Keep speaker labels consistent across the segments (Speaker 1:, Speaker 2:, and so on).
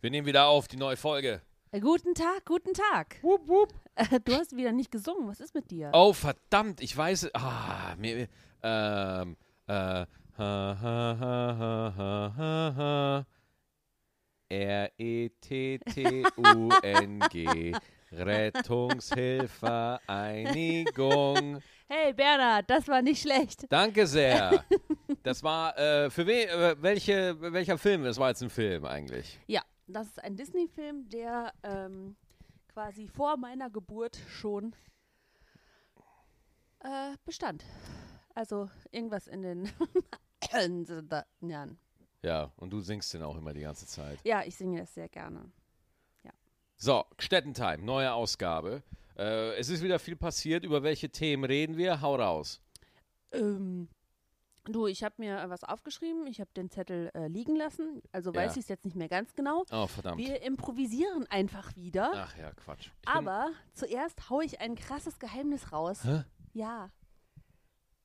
Speaker 1: Wir nehmen wieder auf die neue Folge.
Speaker 2: Äh, Guten Tag, guten Tag.
Speaker 1: Wupp, wupp.
Speaker 2: Äh, Du hast wieder nicht gesungen. Was ist mit dir?
Speaker 1: Oh, verdammt, ich weiß. Ah, mir. Ähm. Äh. Ha, ha, ha, ha, ha, ha, ha. E R-E-T-T-U-N-G. Rettungshilfeeinigung.
Speaker 2: Hey Bernhard, das war nicht schlecht.
Speaker 1: Danke sehr. Das war äh, für we äh, welche welcher Film? Das war jetzt ein Film eigentlich.
Speaker 2: Ja, das ist ein Disney-Film, der ähm, quasi vor meiner Geburt schon äh, bestand. Also irgendwas in den Jahren.
Speaker 1: Ja, und du singst den auch immer die ganze Zeit.
Speaker 2: Ja, ich singe das sehr gerne.
Speaker 1: So, Städtentime, neue Ausgabe. Äh, es ist wieder viel passiert. Über welche Themen reden wir? Hau raus.
Speaker 2: Ähm, du, ich habe mir äh, was aufgeschrieben. Ich habe den Zettel äh, liegen lassen. Also
Speaker 1: Ja.
Speaker 2: weiß ich es jetzt nicht mehr ganz genau.
Speaker 1: Oh, verdammt.
Speaker 2: Wir improvisieren einfach wieder.
Speaker 1: Ach ja, Quatsch. Ich bin-
Speaker 2: Aber zuerst haue ich ein krasses Geheimnis raus.
Speaker 1: Hä?
Speaker 2: Ja.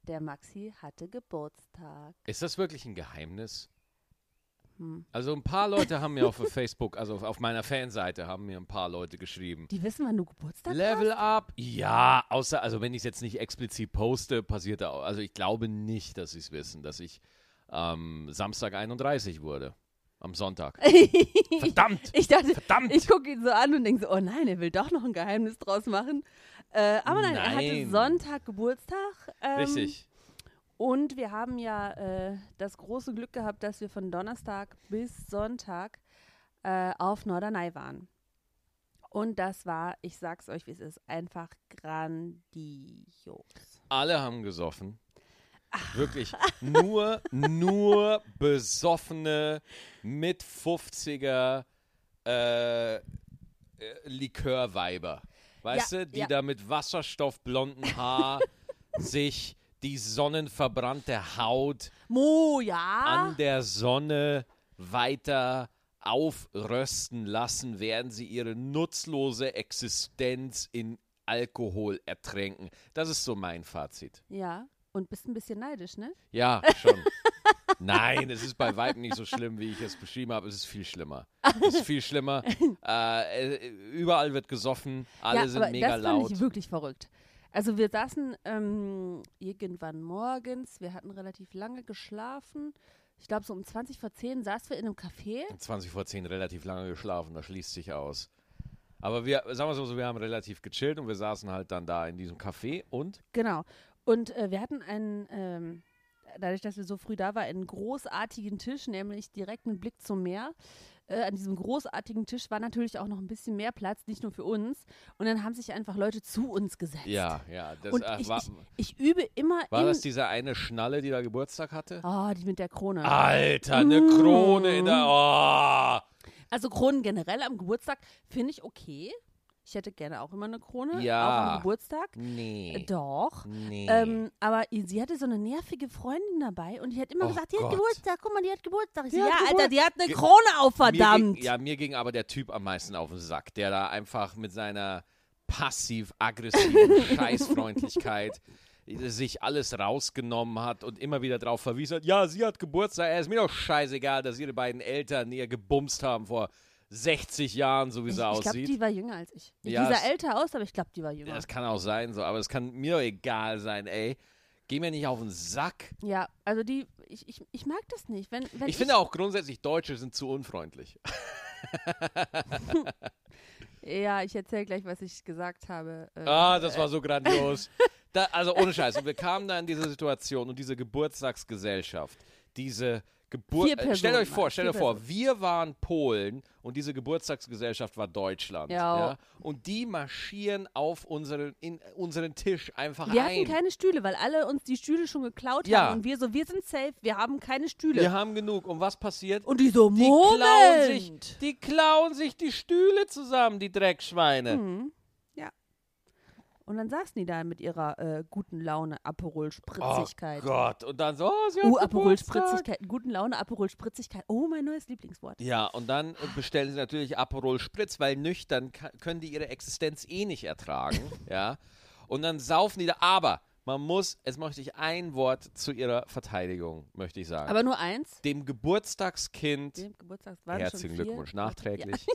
Speaker 2: Der Maxi hatte Geburtstag.
Speaker 1: Ist das wirklich ein Geheimnis?
Speaker 2: Hm.
Speaker 1: Also ein paar Leute haben mir auf Facebook, also auf, auf meiner Fanseite haben mir ein paar Leute geschrieben.
Speaker 2: Die wissen, wann du Geburtstag
Speaker 1: Level up? Ja, außer, also wenn ich es jetzt nicht explizit poste, passiert da auch. Also ich glaube nicht, dass sie es wissen, dass ich am Samstag 31 wurde. Am Sonntag.
Speaker 2: hast.
Speaker 1: Verdammt!
Speaker 2: ich dachte,
Speaker 1: Verdammt!
Speaker 2: ich gucke ihn so an und denke so, oh nein, er will doch noch ein Geheimnis draus machen. Äh, aber nein, er
Speaker 1: Nein.
Speaker 2: hatte Sonntag Geburtstag. Ähm,
Speaker 1: Richtig.
Speaker 2: Und wir haben ja äh, das große Glück gehabt, dass wir von Donnerstag bis Sonntag äh, auf Norderney waren. Und das war, ich sag's euch, wie es ist, einfach grandios.
Speaker 1: Alle haben gesoffen. Wirklich nur, nur besoffene mit 50er äh, äh, Likörweiber. Weißt
Speaker 2: Ja,
Speaker 1: du, die
Speaker 2: ja.
Speaker 1: da mit wasserstoffblonden Haar sich die sonnenverbrannte Haut
Speaker 2: Mo, ja.
Speaker 1: an der Sonne weiter aufrösten lassen, während sie ihre nutzlose Existenz in Alkohol ertränken. Das ist so mein Fazit.
Speaker 2: Ja. Und bist ein bisschen neidisch, ne?
Speaker 1: Ja, schon. Nein, es ist bei weitem nicht so schlimm, wie ich es beschrieben habe. Es ist viel schlimmer. Es ist viel schlimmer. Äh, äh, überall wird gesoffen, alle
Speaker 2: ja,
Speaker 1: sind
Speaker 2: aber
Speaker 1: mega
Speaker 2: das fand
Speaker 1: laut.
Speaker 2: ich wirklich verrückt. Also wir saßen ähm, irgendwann morgens, wir hatten relativ lange geschlafen. Ich glaube, so um 20 vor 10 saßen wir in einem Café.
Speaker 1: 20 vor 10 relativ lange geschlafen, das schließt sich aus. Aber wir, sagen wir es mal so, wir haben relativ gechillt und wir saßen halt dann da in diesem Café und
Speaker 2: Genau. Und äh, wir hatten einen, ähm, dadurch, dass wir so früh da waren, einen großartigen Tisch, nämlich direkt einen Blick zum Meer. Äh, an diesem großartigen Tisch war natürlich auch noch ein bisschen mehr Platz, nicht nur für uns. Und dann haben sich einfach Leute zu uns gesetzt.
Speaker 1: ja, ja, das
Speaker 2: Und
Speaker 1: ach,
Speaker 2: ich,
Speaker 1: war,
Speaker 2: ich, ich übe immer
Speaker 1: war
Speaker 2: in.
Speaker 1: das diese eine Schnalle, die da Geburtstag hatte?
Speaker 2: oh, die mit der Krone.
Speaker 1: Ah. Alter, eine Krone in der oh.
Speaker 2: Also Kronen generell am Geburtstag finde ich okay. Ich hätte gerne auch immer eine Krone. Auch
Speaker 1: Ja.
Speaker 2: am Geburtstag. Äh,
Speaker 1: Nee.
Speaker 2: Doch.
Speaker 1: Oh. Nee.
Speaker 2: Ähm, aber i- sie hatte so eine nervige Freundin dabei und die hat immer
Speaker 1: Oh
Speaker 2: gesagt, die
Speaker 1: Gott.
Speaker 2: hat Geburtstag, guck mal, die hat Geburtstag. Ich
Speaker 1: Die
Speaker 2: so,
Speaker 1: hat
Speaker 2: ja,
Speaker 1: Geburt-
Speaker 2: Alter, die hat eine
Speaker 1: Ge-
Speaker 2: Krone auf,
Speaker 1: Mir
Speaker 2: verdammt.
Speaker 1: ging, ja, mir ging aber der Typ am meisten auf den Sack, der da einfach mit seiner passiv-aggressiven Scheißfreundlichkeit sich alles rausgenommen hat und immer wieder drauf verwies hat, ja, sie hat Geburtstag, er ist mir doch scheißegal, dass ihre beiden Eltern ihr gebumst haben vor 60 Jahren, so wie
Speaker 2: ich
Speaker 1: sie
Speaker 2: ich glaube,
Speaker 1: aussieht.
Speaker 2: die war jünger als ich. Die
Speaker 1: Ja,
Speaker 2: sah
Speaker 1: es-
Speaker 2: älter aus, aber ich glaube, die war jünger.
Speaker 1: das kann auch sein, so, aber es kann mir doch egal sein, ey. Geh mir nicht auf den Sack.
Speaker 2: Ja, also die, ich, ich, ich mag das nicht. Wenn, wenn
Speaker 1: Ich finde auch grundsätzlich, Deutsche sind zu unfreundlich.
Speaker 2: Ja, ich erzähle gleich, was ich gesagt habe. Äh,
Speaker 1: Ah, das war so grandios. Da, also ohne Scheiß. Und wir kamen da in diese Situation und diese Geburtstagsgesellschaft, diese Geburt.
Speaker 2: Vier
Speaker 1: Äh, stellt euch
Speaker 2: Personen
Speaker 1: vor,
Speaker 2: waren,
Speaker 1: stellt euch
Speaker 2: vier
Speaker 1: vor, wir waren Polen und diese Geburtstagsgesellschaft war Deutschland.
Speaker 2: Ja.
Speaker 1: Und die marschieren auf unseren, in, unseren Tisch einfach
Speaker 2: wir
Speaker 1: ein.
Speaker 2: hatten keine Stühle, weil alle uns die Stühle schon geklaut
Speaker 1: Ja.
Speaker 2: haben. Und wir so, wir sind safe, wir haben keine Stühle.
Speaker 1: wir haben genug. Und was passiert?
Speaker 2: Und die so,
Speaker 1: die
Speaker 2: Moment.
Speaker 1: klauen, sich, die klauen sich die Stühle zusammen, die Dreckschweine.
Speaker 2: Mhm. Ja. Und dann saßen die da mit ihrer äh, guten Laune
Speaker 1: Oh
Speaker 2: Aperol-Spritzigkeit.
Speaker 1: Gott. Und dann so, oh, sie hat
Speaker 2: Oh,
Speaker 1: Geburtstag.
Speaker 2: Aperol-Spritzigkeit. Guten Laune, Aperol-Spritzigkeit. Oh, mein neues Lieblingswort.
Speaker 1: Ja, und dann äh, bestellen sie natürlich Aperol Spritz, weil nüchtern ka- können die ihre Existenz eh nicht ertragen, ja. Und dann saufen die da, aber Man muss, jetzt möchte ich ein Wort zu ihrer Verteidigung, möchte ich sagen.
Speaker 2: Aber Mhm. nur eins.
Speaker 1: dem Geburtstagskind
Speaker 2: Dem Geburtstag waren schon
Speaker 1: Herzlichen
Speaker 2: vier.
Speaker 1: Glückwunsch
Speaker 2: Ja.
Speaker 1: nachträglich.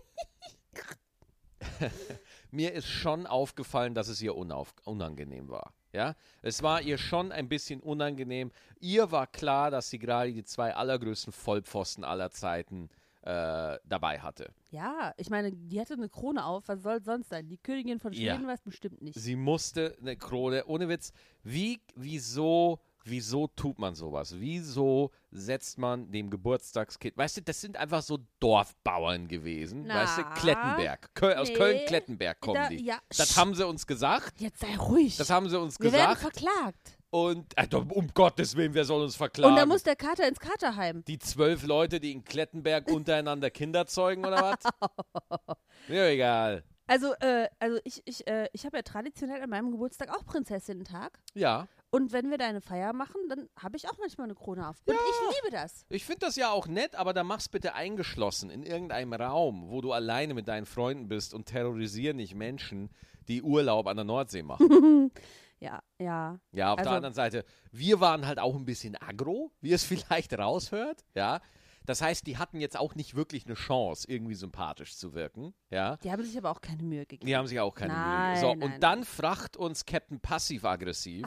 Speaker 1: Mir ist schon aufgefallen, dass es ihr unauf unangenehm war. Ja, es war ihr schon ein bisschen unangenehm. Ihr war klar, dass sie gerade die zwei allergrößten Vollpfosten aller Zeiten äh, dabei hatte.
Speaker 2: Ja, ich meine, die hatte eine Krone auf, was soll sonst sein? Die Königin von
Speaker 1: Ja.
Speaker 2: Schweden war es bestimmt nicht.
Speaker 1: Sie musste eine Krone, ohne Witz. Wie, wieso, wieso tut man sowas? Wieso setzt man dem Geburtstagskind? Weißt du, das sind einfach so Dorfbauern gewesen.
Speaker 2: Na?
Speaker 1: weißt du, Klettenberg. Köln, Aus
Speaker 2: Nee.
Speaker 1: Köln-Klettenberg kommen
Speaker 2: Da-
Speaker 1: die.
Speaker 2: ja.
Speaker 1: Das haben sie uns gesagt.
Speaker 2: Jetzt sei ruhig.
Speaker 1: Das haben sie uns
Speaker 2: Wir werden
Speaker 1: gesagt.
Speaker 2: verklagt.
Speaker 1: Und äh, doch, um Gottes Willen, wer soll uns verklagen?
Speaker 2: Und da muss der Kater ins Katerheim.
Speaker 1: die zwölf Leute, die in Klettenberg untereinander Kinder zeugen oder was? Mir egal.
Speaker 2: Also, äh, also ich, ich, äh, ich habe ja traditionell an meinem Geburtstag auch Prinzessinnen-Tag.
Speaker 1: Ja,
Speaker 2: Und wenn wir da eine Feier machen, dann habe ich auch manchmal eine Krone auf. Und ich liebe das.
Speaker 1: ich finde das ja auch nett, aber dann mach's bitte eingeschlossen in irgendeinem Raum, wo du alleine mit deinen Freunden bist und terrorisier nicht Menschen, die Urlaub an der Nordsee machen.
Speaker 2: Ja, ja.
Speaker 1: Ja, auf der
Speaker 2: Also-
Speaker 1: anderen Seite, wir waren halt auch ein bisschen aggro, wie es vielleicht raushört, ja. Das heißt, die hatten jetzt auch nicht wirklich eine Chance, irgendwie sympathisch zu wirken, ja.
Speaker 2: Die haben sich aber auch keine Mühe gegeben.
Speaker 1: Die haben sich auch keine Mühe.
Speaker 2: Nein,
Speaker 1: So,
Speaker 2: nein,
Speaker 1: und dann fragt uns Captain passiv-aggressiv,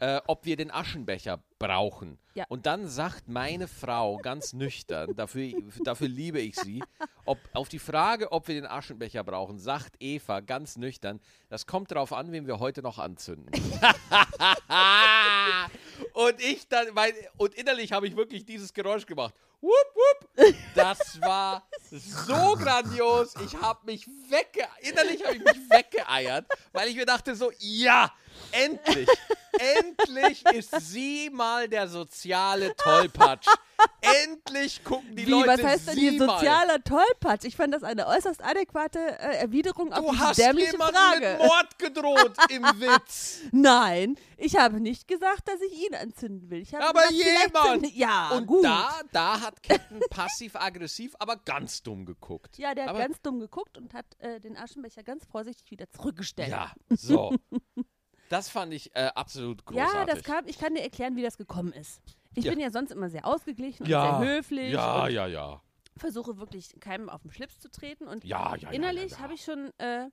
Speaker 1: äh, ob wir den Aschenbecher brauchen.
Speaker 2: Ja.
Speaker 1: Und dann sagt meine Frau ganz nüchtern, dafür, dafür liebe ich sie, ob, auf die Frage, ob wir den Aschenbecher brauchen, sagt Eva ganz nüchtern, das kommt darauf an, wen wir heute noch anzünden. und ich dann, mein, und innerlich habe ich wirklich dieses Geräusch gemacht. Wupp, wupp. Das war so grandios. Ich habe mich wegge... Innerlich habe ich mich weggeeiert, weil ich mir dachte so, ja, endlich, endlich ist sie mal der soziale Tollpatsch. Endlich gucken die
Speaker 2: Wie,
Speaker 1: Leute
Speaker 2: was heißt denn
Speaker 1: sie
Speaker 2: hier
Speaker 1: mal.
Speaker 2: sozialer Tollpatsch? Ich fand das eine äußerst adäquate äh, Erwiderung auf
Speaker 1: Du
Speaker 2: diese
Speaker 1: hast
Speaker 2: dämliche
Speaker 1: jemanden
Speaker 2: Frage.
Speaker 1: mit Mord gedroht im Witz.
Speaker 2: Nein, ich habe nicht gesagt, dass ich ihn anzünden will. Ich habe
Speaker 1: Aber
Speaker 2: gesagt, vielleicht
Speaker 1: jemand.
Speaker 2: zünde- Ja,
Speaker 1: Und
Speaker 2: Ah, gut.
Speaker 1: da, da hat Captain passiv-aggressiv, aber ganz dumm geguckt.
Speaker 2: ja, der hat
Speaker 1: aber,
Speaker 2: ganz dumm geguckt und hat äh, den Aschenbecher ganz vorsichtig wieder zurückgestellt.
Speaker 1: Ja, so. Das fand ich äh, absolut großartig.
Speaker 2: Ja, das kam, ich kann dir erklären, wie das gekommen ist. Ich
Speaker 1: Ja.
Speaker 2: bin ja sonst immer sehr ausgeglichen und
Speaker 1: Ja,
Speaker 2: sehr höflich
Speaker 1: Ja,
Speaker 2: und ne,
Speaker 1: ja, ja.
Speaker 2: versuche wirklich keinem auf den Schlips zu treten. Und
Speaker 1: Ja, ja, ja,
Speaker 2: innerlich
Speaker 1: ja, ja.
Speaker 2: habe ich schon, äh,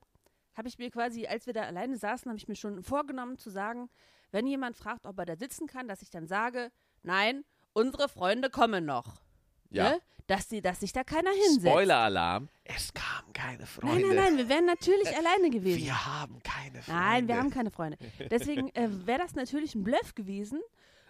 Speaker 2: habe ich mir quasi, als wir da alleine saßen, habe ich mir schon vorgenommen zu sagen, wenn jemand fragt, ob er da sitzen kann, dass ich dann sage, nein, unsere Freunde kommen noch.
Speaker 1: Ja.
Speaker 2: Ne? Dass, die, dass sich da keiner hinsetzt.
Speaker 1: Spoiler-Alarm. Es kamen keine Freunde.
Speaker 2: Nein, nein, nein, wir wären natürlich alleine gewesen.
Speaker 1: Wir haben keine Freunde.
Speaker 2: Nein, wir haben keine Freunde. Deswegen äh, wäre das natürlich ein Bluff gewesen.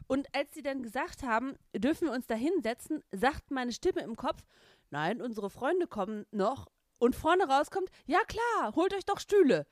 Speaker 2: Und als sie dann gesagt haben, dürfen wir uns da hinsetzen, sagt meine Stimme im Kopf, nein, unsere Freunde kommen noch. Und vorne rauskommt, ja klar, holt euch doch Stühle.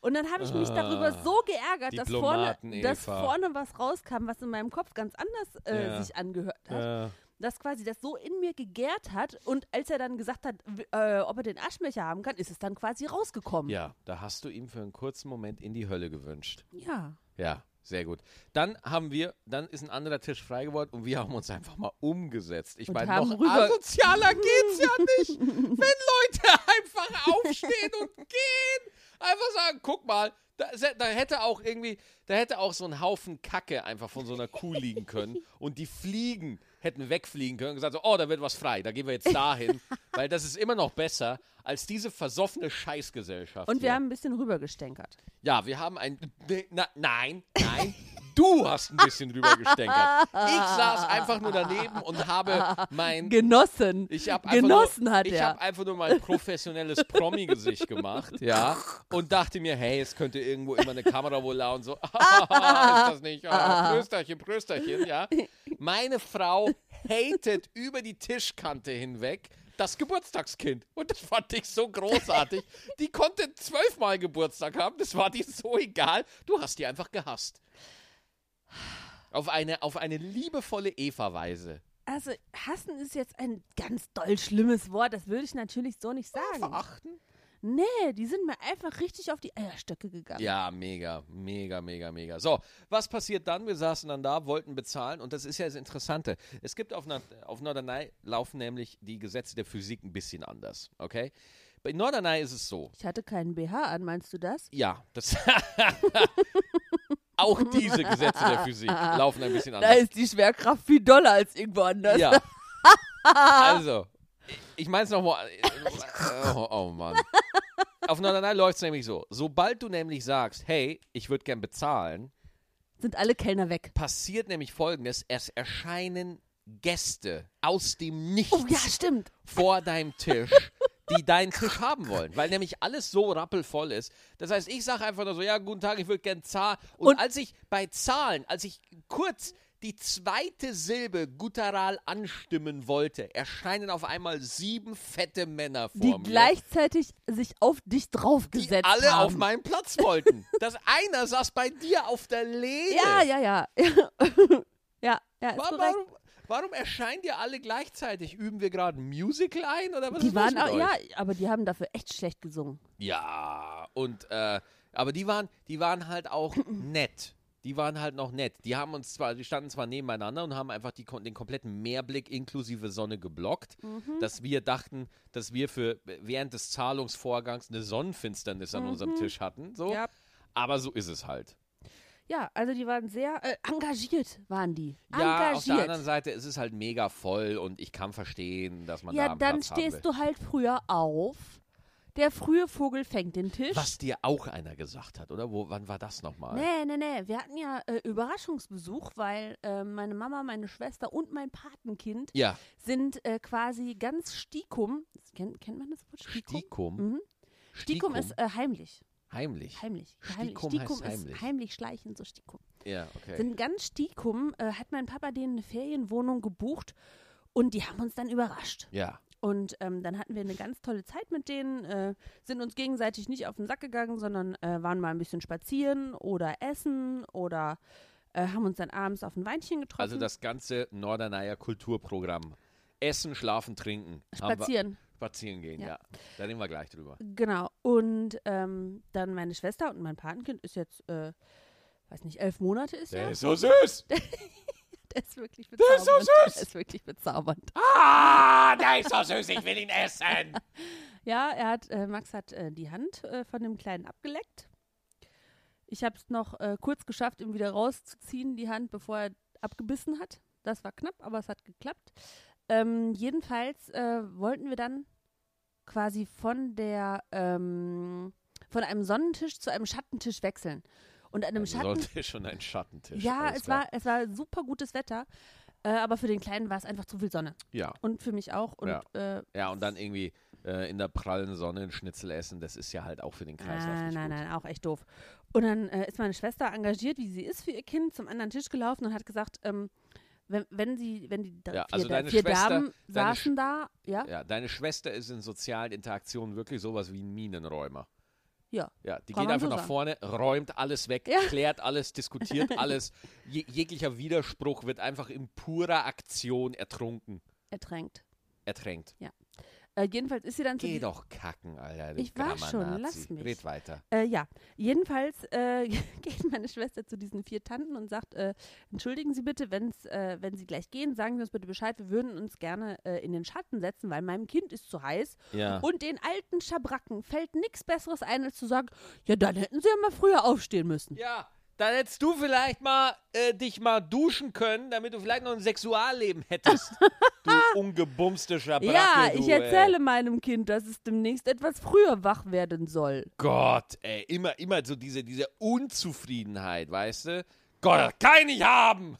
Speaker 2: Und dann habe ich mich
Speaker 1: Ah,
Speaker 2: darüber so geärgert, dass vorne,
Speaker 1: Diplomaten,
Speaker 2: dass
Speaker 1: Eva.
Speaker 2: vorne was rauskam, was in meinem Kopf ganz anders äh,
Speaker 1: Ja.
Speaker 2: sich angehört hat
Speaker 1: Ja.
Speaker 2: dass quasi das so in mir gegärt hat und als er dann gesagt hat, w- äh, ob er den Aschenbecher haben kann, ist es dann quasi rausgekommen.
Speaker 1: ja, da hast du ihm für einen kurzen Moment in die Hölle gewünscht.
Speaker 2: ja.
Speaker 1: Ja, sehr gut. Dann haben wir, dann ist ein anderer Tisch frei geworden und wir haben uns einfach mal umgesetzt. Ich
Speaker 2: Und
Speaker 1: meine,
Speaker 2: haben
Speaker 1: noch
Speaker 2: rüber-
Speaker 1: asozialer geht's ja nicht, wenn Leute einfach aufstehen und gehen. Einfach sagen, guck mal, da, se- da hätte auch irgendwie, da hätte auch so ein Haufen Kacke einfach von so einer Kuh liegen können und die Fliegen hätten wegfliegen können und gesagt, so, oh, da wird was frei, da gehen wir jetzt dahin, weil das ist immer noch besser als diese versoffene Scheißgesellschaft.
Speaker 2: Und
Speaker 1: hier.
Speaker 2: wir haben ein bisschen rübergestänkert.
Speaker 1: Ja, wir haben ein. Nee, Na, nein, nein. Du hast ein bisschen drüber gestänkert. Ich saß einfach nur daneben und habe mein.
Speaker 2: Genossen.
Speaker 1: Ich habe einfach,
Speaker 2: Genossen
Speaker 1: nur-
Speaker 2: hat
Speaker 1: ich
Speaker 2: er.
Speaker 1: hab einfach nur mein professionelles Promi-Gesicht gemacht, ja, und dachte mir, hey, es könnte irgendwo immer eine Kamera wohl lauern, so, ist das nicht, ah, Prösterchen, Prösterchen, ja. Meine Frau hatet über die Tischkante hinweg das Geburtstagskind und das fand ich so großartig. Die konnte zwölfmal Geburtstag haben, das war dir so egal, du hast die einfach gehasst. Auf eine, auf eine liebevolle Eva-Weise.
Speaker 2: Also, hassen ist jetzt ein ganz doll schlimmes Wort. Das würde ich natürlich so nicht sagen.
Speaker 1: Verachten?
Speaker 2: nee, die sind mir einfach richtig auf die Eierstöcke gegangen.
Speaker 1: Ja, mega, mega, mega, mega. So, was passiert dann? Wir saßen dann da, wollten bezahlen und das ist ja das Interessante. Es gibt auf, Nord auf Norderney laufen nämlich die Gesetze der Physik ein bisschen anders, okay? Bei Norderney ist es so.
Speaker 2: Ich hatte keinen BH an, meinst du das?
Speaker 1: Ja, das. Auch diese Gesetze der Physik laufen ein bisschen
Speaker 2: Da
Speaker 1: anders.
Speaker 2: ist die Schwerkraft viel doller als irgendwo anders.
Speaker 1: Ja. Also, ich meine es nochmal. äh, Oh, oh Mann. Auf Norderney läuft es nämlich so. Sobald du nämlich sagst, hey, ich würde gern bezahlen,
Speaker 2: Sind alle Kellner weg.
Speaker 1: passiert nämlich folgendes: Es erscheinen Gäste aus dem Nichts
Speaker 2: Oh ja, stimmt. Oh
Speaker 1: vor deinem Tisch, die deinen Tisch haben wollen, weil nämlich alles so rappelvoll ist. Das heißt, ich sage einfach nur so, ja, guten Tag, ich würde gern zahlen. Und,
Speaker 2: Und-
Speaker 1: als ich bei Zahlen, als ich kurz die zweite Silbe guttural anstimmen wollte, erscheinen auf einmal sieben fette Männer vor
Speaker 2: Die
Speaker 1: mir.
Speaker 2: gleichzeitig sich auf dich
Speaker 1: die
Speaker 2: draufgesetzt
Speaker 1: alle
Speaker 2: haben.
Speaker 1: auf meinen Platz wollten. Das einer saß bei dir auf der Lehne.
Speaker 2: Ja, ja, ja. ja, ja, ist
Speaker 1: Wa-
Speaker 2: korrekt.
Speaker 1: warum, warum erscheint ihr alle gleichzeitig? Üben wir gerade ein Musical ein oder was
Speaker 2: Die
Speaker 1: ist los
Speaker 2: waren
Speaker 1: mit
Speaker 2: auch,
Speaker 1: euch?
Speaker 2: ja, aber die haben dafür echt schlecht gesungen.
Speaker 1: Ja, und äh, aber die waren, die waren halt auch nett. Die waren halt noch nett. Die haben uns zwar, die standen zwar nebeneinander und haben einfach die, kon- den kompletten Meerblick inklusive Sonne geblockt,
Speaker 2: Mhm.
Speaker 1: dass wir dachten, dass wir für während des Zahlungsvorgangs eine Sonnenfinsternis an unserem Tisch hatten. So.
Speaker 2: Mhm. Ja.
Speaker 1: Aber so ist es halt.
Speaker 2: Ja, also die waren sehr äh, engagiert, waren die.
Speaker 1: Ja, auf der
Speaker 2: engagiert.
Speaker 1: anderen Seite es ist halt mega voll und ich kann verstehen, dass man da
Speaker 2: ja,
Speaker 1: am
Speaker 2: dann
Speaker 1: Platz
Speaker 2: stehst
Speaker 1: haben will.
Speaker 2: du halt früher auf. Der frühe Vogel fängt den Tisch.
Speaker 1: Was dir auch einer gesagt hat, oder? Wo, wann war das nochmal?
Speaker 2: Nee, nee, nee. Wir hatten ja äh, Überraschungsbesuch, weil äh, meine Mama, meine Schwester und mein Patenkind
Speaker 1: Ja,
Speaker 2: sind äh, quasi ganz Stikum. Kennt, kennt man das Wort? Stikum?
Speaker 1: Stikum.
Speaker 2: Mhm. Stikum, ist äh, heimlich.
Speaker 1: heimlich.
Speaker 2: Heimlich. geheimlich.
Speaker 1: Stikum heißt
Speaker 2: Stikum ist
Speaker 1: heimlich.
Speaker 2: heimlich schleichen, so Stikum.
Speaker 1: Ja, okay.
Speaker 2: sind ganz Stikum, äh, hat mein Papa denen eine Ferienwohnung gebucht und die haben uns dann überrascht.
Speaker 1: ja.
Speaker 2: Und ähm, dann hatten wir eine ganz tolle Zeit mit denen, äh, sind uns gegenseitig nicht auf den Sack gegangen, sondern äh, waren mal ein bisschen spazieren oder essen oder äh, haben uns dann abends auf ein Weinchen getroffen.
Speaker 1: Also das ganze Norderneyer Kulturprogramm. Essen, schlafen, trinken. Haben wir-
Speaker 2: Spazieren.
Speaker 1: Spazieren gehen, ja.
Speaker 2: Ja.
Speaker 1: Da reden wir gleich drüber.
Speaker 2: Genau. Und ähm, dann meine Schwester und mein Patenkind ist jetzt, äh, weiß nicht, elf Monate ist ja.
Speaker 1: so süß!
Speaker 2: Der ist wirklich
Speaker 1: Der ist
Speaker 2: bezaubernd.
Speaker 1: so süß!
Speaker 2: Der ist wirklich bezaubernd.
Speaker 1: Ah, der ist so süß, ich will ihn essen!
Speaker 2: Ja, er hat, äh, Max hat äh, die Hand äh, von dem Kleinen abgeleckt. Ich habe es noch äh, kurz geschafft, ihm wieder rauszuziehen, die Hand, bevor er abgebissen hat. Das war knapp, aber es hat geklappt. Ähm, jedenfalls äh, wollten wir dann quasi von der ähm, von einem Sonnentisch zu einem Schattentisch wechseln. Und an einem
Speaker 1: Ein
Speaker 2: Schatten
Speaker 1: Sonnentisch und ein Schattentisch.
Speaker 2: ja,
Speaker 1: alles
Speaker 2: es
Speaker 1: klar.
Speaker 2: war, es war super gutes Wetter, äh, aber für den Kleinen war es einfach zu viel Sonne.
Speaker 1: Ja.
Speaker 2: Und für mich auch. Und
Speaker 1: Ja.
Speaker 2: äh,
Speaker 1: ja, und dann irgendwie äh, in der prallen Sonne ein Schnitzel essen, das ist ja halt auch für den Kreislauf
Speaker 2: Nein,
Speaker 1: nicht
Speaker 2: Ah, nein,
Speaker 1: gut.
Speaker 2: nein, auch echt doof. Und dann äh, ist meine Schwester engagiert, wie sie ist, für ihr Kind zum anderen Tisch gelaufen und hat gesagt, ähm, wenn, wenn sie, wenn die da-
Speaker 1: Ja,
Speaker 2: vier,
Speaker 1: also
Speaker 2: da,
Speaker 1: deine
Speaker 2: vier
Speaker 1: Schwester-
Speaker 2: Damen
Speaker 1: deine
Speaker 2: saßen da, ja,
Speaker 1: Ja, deine Schwester ist in sozialen Interaktionen wirklich sowas wie ein Minenräumer.
Speaker 2: ja,
Speaker 1: Ja, die
Speaker 2: Kann
Speaker 1: geht
Speaker 2: man
Speaker 1: einfach
Speaker 2: so
Speaker 1: nach
Speaker 2: sagen.
Speaker 1: vorne, räumt alles weg,
Speaker 2: Ja.
Speaker 1: klärt alles, diskutiert alles. Je jeglicher Widerspruch wird einfach in purer Aktion ertrunken,
Speaker 2: ertränkt.
Speaker 1: ertränkt.
Speaker 2: Äh, jedenfalls ist sie dann zu
Speaker 1: Geh
Speaker 2: die-
Speaker 1: doch kacken, Alter. du
Speaker 2: Ich weiß schon,
Speaker 1: Grammar-Nazi.
Speaker 2: lass mich.
Speaker 1: Red weiter.
Speaker 2: Äh, ja, jedenfalls äh, geht meine Schwester zu diesen vier Tanten und sagt, äh, entschuldigen Sie bitte, wenn's, äh, wenn Sie gleich gehen, sagen Sie uns bitte Bescheid, wir würden uns gerne äh, in den Schatten setzen, weil meinem Kind ist zu heiß.
Speaker 1: Ja.
Speaker 2: Und den alten Schabracken fällt nichts Besseres ein, als zu sagen, ja, dann hätten Sie ja mal früher aufstehen müssen.
Speaker 1: Ja, dann hättest du vielleicht mal äh, dich mal duschen können, damit du vielleicht noch ein Sexualleben hättest. du ungebumste Schabracke,
Speaker 2: Ja,
Speaker 1: du,
Speaker 2: ich
Speaker 1: Ey.
Speaker 2: erzähle meinem Kind, dass es demnächst etwas früher wach werden soll.
Speaker 1: Gott, ey, immer, immer so diese, diese Unzufriedenheit, weißt du? Gott, das kann ich nicht haben!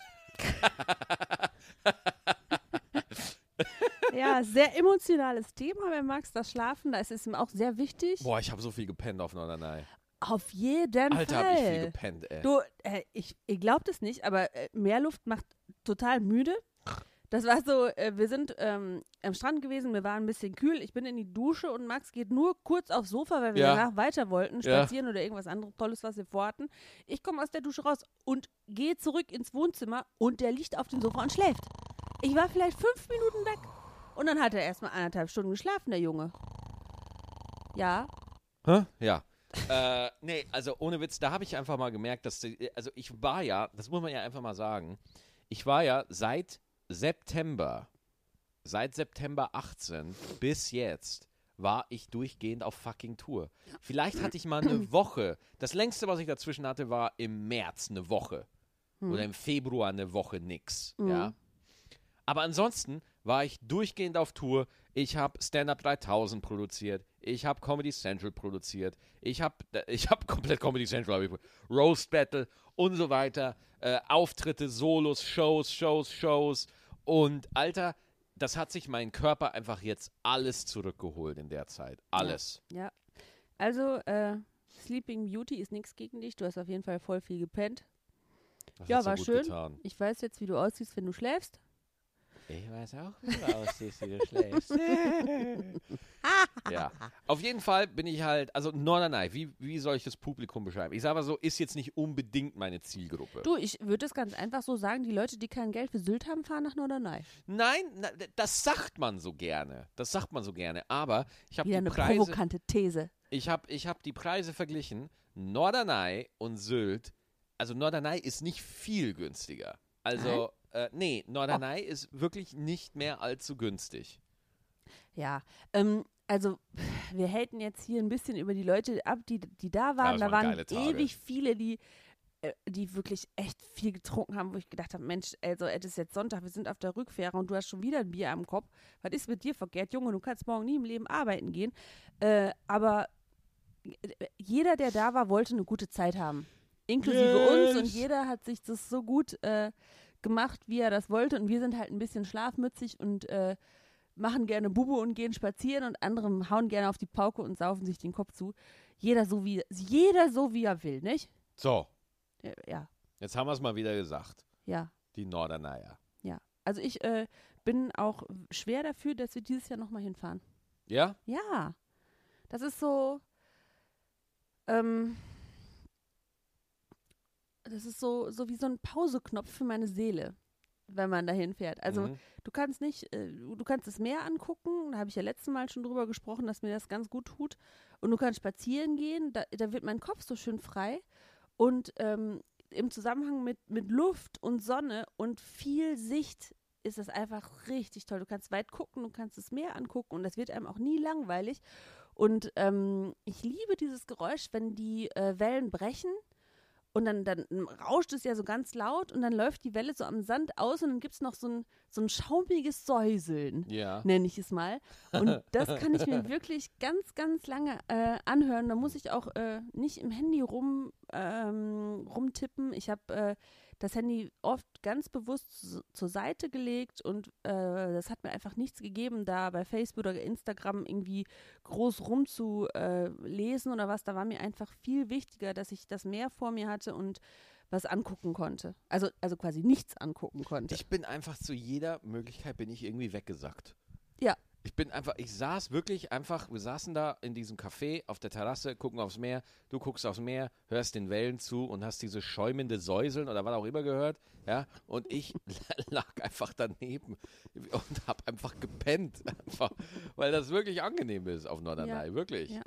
Speaker 2: Ja, sehr emotionales Thema bei Max, das Schlafen, da ist es ihm auch sehr wichtig.
Speaker 1: Boah, ich habe so viel gepennt auf Norderney.
Speaker 2: Auf jeden
Speaker 1: Alter,
Speaker 2: Fall.
Speaker 1: hab ich viel gepennt, ey.
Speaker 2: Du, äh, ich, ihr glaubt es nicht, aber äh, Meerluft macht total müde. Das war so, äh, wir sind ähm, am Strand gewesen, mir war ein bisschen kühl, ich bin in die Dusche und Max geht nur kurz aufs Sofa, weil wir
Speaker 1: Ja.
Speaker 2: danach weiter wollten,
Speaker 1: Ja.
Speaker 2: spazieren oder irgendwas anderes Tolles, was wir vorhatten. Ich komme aus der Dusche raus und gehe zurück ins Wohnzimmer und der liegt auf dem Sofa und schläft. Ich war vielleicht fünf Minuten weg und dann hat er erstmal anderthalb Stunden geschlafen, der Junge. Ja,
Speaker 1: Hä? Ja. äh, nee, also ohne Witz, da habe ich einfach mal gemerkt, dass die, also ich war ja, das muss man ja einfach mal sagen, ich war ja seit September, seit September 18 bis jetzt, war ich durchgehend auf fucking Tour. Vielleicht hatte ich mal eine Woche. Das längste, was ich dazwischen hatte, war im März eine Woche. Oder im Februar eine Woche nix. Ja. Aber ansonsten war ich durchgehend auf Tour. Ich habe Stand-Up 3000 produziert. Ich habe Comedy Central produziert. Ich habe ich hab komplett Comedy Central, hab ich, pro- Roast Battle und so weiter. Äh, Auftritte, Solos, Shows, Shows, Shows. Und Alter, das hat sich mein Körper einfach jetzt alles zurückgeholt in der Zeit. Alles.
Speaker 2: Ja. Also, äh, Sleeping Beauty ist nichts gegen dich. Du hast auf jeden Fall voll viel gepennt.
Speaker 1: Das
Speaker 2: ja,
Speaker 1: hat so
Speaker 2: war
Speaker 1: gut
Speaker 2: schön.
Speaker 1: Getan.
Speaker 2: Ich weiß jetzt, wie du aussiehst, wenn du schläfst.
Speaker 1: Ich weiß auch, wie du aussiehst, wie du schläfst. ja. Auf jeden Fall bin ich halt, also Norderney, wie, wie soll ich das Publikum beschreiben? Ich sage mal so, ist jetzt nicht unbedingt meine Zielgruppe.
Speaker 2: Du, ich würde es ganz einfach so sagen, die Leute, die kein Geld für Sylt haben, fahren nach Norderney.
Speaker 1: Nein, na, d- das sagt man so gerne. Das sagt man so gerne. Aber ich habe
Speaker 2: Wieder
Speaker 1: die
Speaker 2: eine
Speaker 1: Preise,
Speaker 2: provokante These.
Speaker 1: ich hab, ich hab die Preise verglichen. Norderney und Sylt, also Norderney ist nicht viel günstiger. Also, äh, nee,
Speaker 2: Oh.
Speaker 1: Norderney ist wirklich nicht mehr allzu günstig.
Speaker 2: Ja, ähm, also wir hätten jetzt hier ein bisschen über die Leute ab, die, die da
Speaker 1: Ja,
Speaker 2: waren.
Speaker 1: das
Speaker 2: da
Speaker 1: waren
Speaker 2: waren
Speaker 1: geile Tage.
Speaker 2: ewig viele, die, äh, die wirklich echt viel getrunken haben, wo ich gedacht habe, Mensch, also es ist jetzt Sonntag, wir sind auf der Rückfähre und du hast schon wieder ein Bier am Kopf. Was ist mit dir verkehrt, Junge? Du kannst morgen nie im Leben arbeiten gehen. Äh, aber äh, jeder, der da war, wollte eine gute Zeit haben. Inklusive uns und
Speaker 1: Yes.
Speaker 2: jeder hat sich das so gut äh, gemacht, wie er das wollte. Und wir sind halt ein bisschen schlafmützig und äh, machen gerne Bubu und gehen spazieren und andere hauen gerne auf die Pauke und saufen sich den Kopf zu. Jeder so wie jeder so wie er will, nicht?
Speaker 1: So,
Speaker 2: Äh, Ja,
Speaker 1: jetzt haben wir es mal wieder gesagt.
Speaker 2: ja,
Speaker 1: Die Norderneyer.
Speaker 2: ja. Also ich äh, bin auch schwer dafür, dass wir dieses Jahr nochmal hinfahren.
Speaker 1: Ja?
Speaker 2: Ja. Das ist so. Ähm, das ist so, so wie so ein Pauseknopf für meine Seele, wenn man da hinfährt. Also
Speaker 1: Mhm.
Speaker 2: Du kannst nicht, äh, du du kannst das Meer angucken, da habe ich ja letztes Mal schon drüber gesprochen, dass mir das ganz gut tut. Und du kannst spazieren gehen, da, da wird mein Kopf so schön frei. Und ähm, im Zusammenhang mit, mit Luft und Sonne und viel Sicht ist das einfach richtig toll. Du kannst weit gucken, du kannst das Meer angucken und das wird einem auch nie langweilig. Und ähm, ich liebe dieses Geräusch, wenn die äh, Wellen brechen und dann, dann rauscht es ja so ganz laut und dann läuft die Welle so am Sand aus und dann gibt es noch so ein, so ein schaumiges Säuseln,
Speaker 1: Ja.
Speaker 2: nenne ich es mal. Und das kann ich mir wirklich ganz, ganz lange äh, anhören. Da muss ich auch äh, nicht im Handy rum, ähm, rumtippen. Ich habe äh, das Handy oft ganz bewusst so- zur Seite gelegt und äh, das hat mir einfach nichts gegeben, da bei Facebook oder Instagram irgendwie groß rumzulesen äh, lesen oder was. Da war mir einfach viel wichtiger, dass ich das Meer vor mir hatte und was angucken konnte. Also, also quasi nichts angucken konnte.
Speaker 1: Ich bin einfach zu jeder Möglichkeit bin ich irgendwie weggesackt.
Speaker 2: Ja.
Speaker 1: Ich bin einfach, ich saß wirklich einfach, wir saßen da in diesem Café auf der Terrasse, gucken aufs Meer, du guckst aufs Meer, hörst den Wellen zu und hast diese schäumende Säuseln oder was auch immer gehört, ja, und ich lag einfach daneben und hab einfach gepennt, einfach, weil das wirklich angenehm ist auf Norderney, wirklich.
Speaker 2: Ja.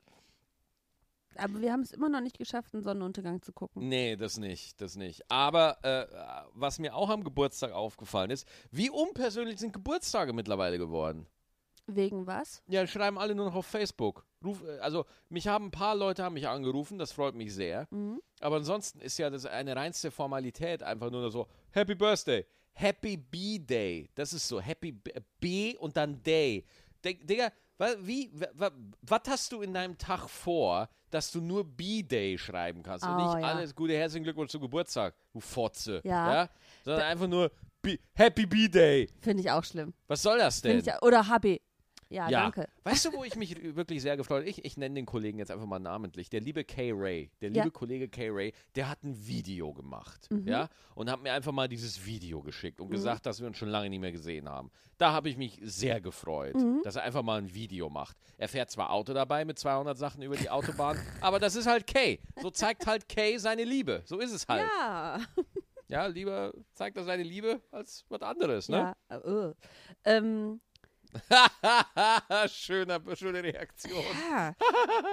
Speaker 2: Aber wir haben es immer noch nicht geschafft, einen Sonnenuntergang zu gucken.
Speaker 1: Nee, das nicht, das nicht. Aber äh, was mir auch am Geburtstag aufgefallen ist, wie unpersönlich sind Geburtstage mittlerweile geworden?
Speaker 2: Wegen was?
Speaker 1: Ja, schreiben alle nur noch auf Facebook. Ruf, äh, also mich haben ein paar Leute haben mich angerufen, das freut mich sehr.
Speaker 2: Mhm.
Speaker 1: Aber ansonsten ist ja das eine reinste Formalität, einfach nur so Happy Birthday, Happy B-Day. Das ist so Happy B- B und dann Day. Dig- Digga, wa- wie, wa- wa- was hast du in deinem Tag vor, dass du nur B-Day schreiben kannst und
Speaker 2: Oh,
Speaker 1: nicht
Speaker 2: ja.
Speaker 1: alles Gute, herzlichen Glückwunsch zu Geburtstag, du Fotze.
Speaker 2: Ja.
Speaker 1: Sondern einfach nur B Happy B-Day.
Speaker 2: Finde ich auch schlimm.
Speaker 1: Was soll das denn?
Speaker 2: Finde ich, ja- oder HB. Ja, Ah, danke.
Speaker 1: Weißt du, wo ich mich wirklich sehr gefreut habe? Ich, ich nenne den Kollegen jetzt einfach mal namentlich. Der liebe Kay Ray, der
Speaker 2: Ja. Mhm.
Speaker 1: liebe Kollege Kay Ray, der hat ein Video gemacht. Ja? Und hat mir einfach mal dieses Video geschickt und gesagt, dass wir uns schon lange nicht mehr gesehen haben. Da habe ich mich sehr gefreut,
Speaker 2: Mhm.
Speaker 1: dass er einfach mal ein Video macht. Er fährt zwar Auto dabei mit 200 Sachen über die Autobahn, aber das ist halt Kay. So zeigt halt Kay seine Liebe. So ist es halt.
Speaker 2: Ja.
Speaker 1: Ja, lieber zeigt er seine Liebe als was anderes, ne?
Speaker 2: Ja, äh, äh. oh. ähm,
Speaker 1: Schöner, schöne Reaktion.
Speaker 2: Ja.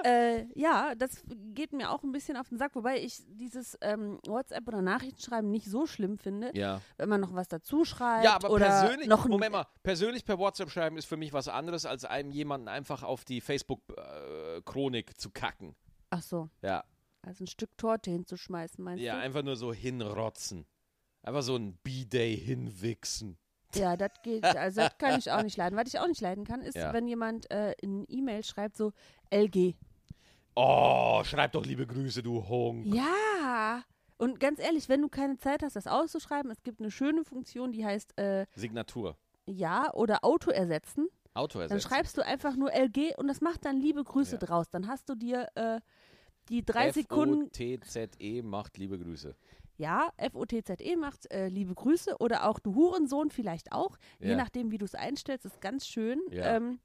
Speaker 2: äh, ja, das geht mir auch ein bisschen auf den Sack, wobei ich dieses ähm, WhatsApp oder Nachrichtenschreiben nicht so schlimm finde,
Speaker 1: Ja.
Speaker 2: wenn man noch was dazu schreibt.
Speaker 1: Ja, aber
Speaker 2: oder
Speaker 1: persönlich,
Speaker 2: noch ein-
Speaker 1: Moment mal, persönlich per WhatsApp schreiben ist für mich was anderes, als einem jemanden einfach auf die Facebook-Chronik zu kacken.
Speaker 2: Ach so,
Speaker 1: Ja.
Speaker 2: also ein Stück Torte hinzuschmeißen, meinst
Speaker 1: Ja,
Speaker 2: du?
Speaker 1: einfach nur so hinrotzen. Einfach so ein B-Day hinwichsen.
Speaker 2: Ja, das geht, also das kann ich auch nicht leiden. Was ich auch nicht leiden kann, ist,
Speaker 1: Ja.
Speaker 2: wenn jemand äh, in E-Mail schreibt so LG.
Speaker 1: Oh, schreib doch liebe Grüße, du Hunk.
Speaker 2: Ja. Und ganz ehrlich, wenn du keine Zeit hast, das auszuschreiben, es gibt eine schöne Funktion, die heißt äh,
Speaker 1: Signatur.
Speaker 2: Ja oder Auto ersetzen.
Speaker 1: Auto
Speaker 2: Dann schreibst du einfach nur LG und das macht dann liebe Grüße
Speaker 1: Ja.
Speaker 2: draus. Dann hast du dir äh, die drei Sekunden,
Speaker 1: T-Z-E E macht liebe Grüße.
Speaker 2: ja, F-O-T-Z-E macht äh, liebe Grüße oder auch du Hurensohn vielleicht auch. Je
Speaker 1: Ja.
Speaker 2: nachdem, wie du es einstellst, ist ganz schön.
Speaker 1: Ja.
Speaker 2: Ähm,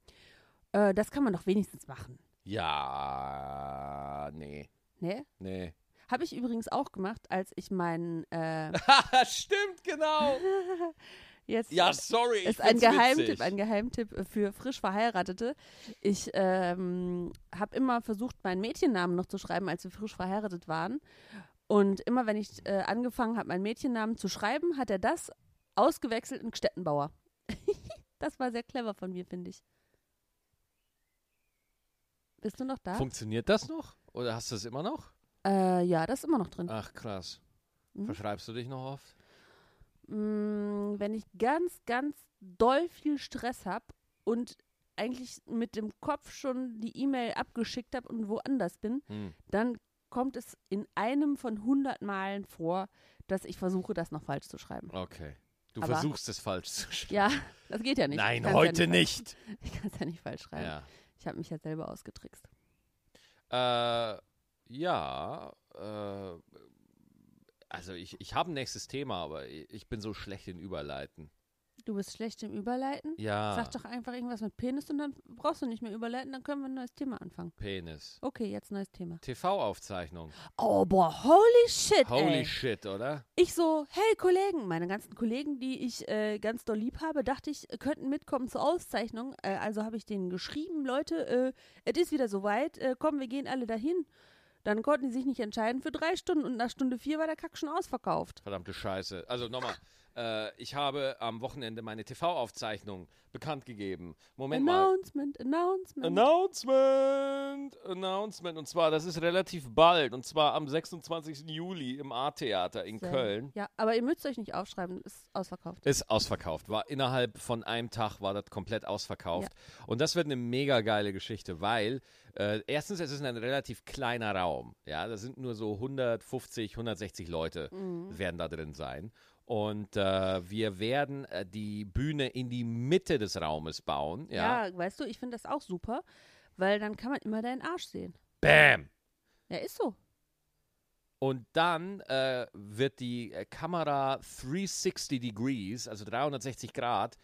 Speaker 2: äh, das kann man doch wenigstens machen.
Speaker 1: Ja, nee,
Speaker 2: Ne?
Speaker 1: nee.
Speaker 2: Habe ich übrigens auch gemacht, als ich meinen, äh,
Speaker 1: Stimmt, genau.
Speaker 2: jetzt
Speaker 1: Ja, sorry. ich
Speaker 2: ist ein
Speaker 1: find's
Speaker 2: Geheimtipp,
Speaker 1: witzig.
Speaker 2: ein Geheimtipp äh, für frisch Verheiratete. Ich ähm, habe immer versucht, meinen Mädchennamen noch zu schreiben, als wir frisch verheiratet waren. Und immer wenn ich äh, angefangen habe, meinen Mädchennamen zu schreiben, hat er das ausgewechselt in Stettenbauer. das war sehr clever von mir, finde ich. Bist du noch da?
Speaker 1: Funktioniert das noch? Oder hast du es immer noch?
Speaker 2: äh, ja, das ist immer noch drin.
Speaker 1: Ach, krass.
Speaker 2: Mhm.
Speaker 1: Verschreibst du dich noch oft?
Speaker 2: Mm, wenn ich ganz, ganz doll viel Stress habe und eigentlich mit dem Kopf schon die E-Mail abgeschickt habe und woanders bin,
Speaker 1: Hm.
Speaker 2: dann kommt es in einem von 100 Malen vor, dass ich versuche, das noch falsch zu schreiben.
Speaker 1: Okay. Du
Speaker 2: Aber-
Speaker 1: versuchst es falsch zu schreiben.
Speaker 2: Ja, das geht ja nicht. Ich
Speaker 1: Nein,
Speaker 2: kann's
Speaker 1: heute
Speaker 2: ja nicht.
Speaker 1: nicht.
Speaker 2: falsch- Ich kann es ja nicht falsch schreiben.
Speaker 1: Ja.
Speaker 2: Ich habe mich ja selber ausgetrickst.
Speaker 1: Äh, ja, äh, also ich, ich habe ein nächstes Thema, aber ich, ich bin so schlecht in Überleiten.
Speaker 2: Du bist schlecht im Überleiten.
Speaker 1: Ja,
Speaker 2: Sag doch einfach irgendwas mit Penis und dann brauchst du nicht mehr überleiten, dann können wir ein neues Thema anfangen.
Speaker 1: Penis.
Speaker 2: Okay, jetzt neues Thema.
Speaker 1: TV-Aufzeichnung.
Speaker 2: Oh, boah, holy shit,
Speaker 1: Holy
Speaker 2: ey.
Speaker 1: shit, oder?
Speaker 2: Ich so, hey Kollegen, meine ganzen Kollegen, die ich äh, ganz doll lieb habe, dachte ich, äh, könnten mitkommen zur Auszeichnung. Äh, also habe ich denen geschrieben, Leute, äh, es ist wieder soweit, äh, komm, wir gehen alle dahin. Dann konnten die sich nicht entscheiden für drei Stunden und nach Stunde vier war der Kack schon ausverkauft.
Speaker 1: Verdammte Scheiße. Also nochmal. Äh, ich habe am Wochenende meine TV-Aufzeichnung bekannt gegeben. Moment mal.
Speaker 2: announcement, announcement.
Speaker 1: Announcement! Announcement. Und zwar, das ist relativ bald. Und zwar am 26. Juli im A-Theater in
Speaker 2: Sehr-
Speaker 1: Köln.
Speaker 2: Ja, aber ihr müsst euch nicht aufschreiben, ist ausverkauft.
Speaker 1: Ist ausverkauft. War innerhalb von einem Tag war das komplett ausverkauft. Und das wird eine mega geile Geschichte, weil äh, erstens, es ist ein relativ kleiner Raum. Ja, da sind nur so 150, 160 Leute werden da drin sein. Und äh, wir werden äh, die Bühne in die Mitte des Raumes bauen. Ja.
Speaker 2: Ja, weißt du, ich finde das auch super, weil dann kann man immer deinen Arsch sehen.
Speaker 1: Bam!
Speaker 2: Ja, ist so.
Speaker 1: Und dann äh, wird die äh, Kamera 360 Degrees, also 360 Grad,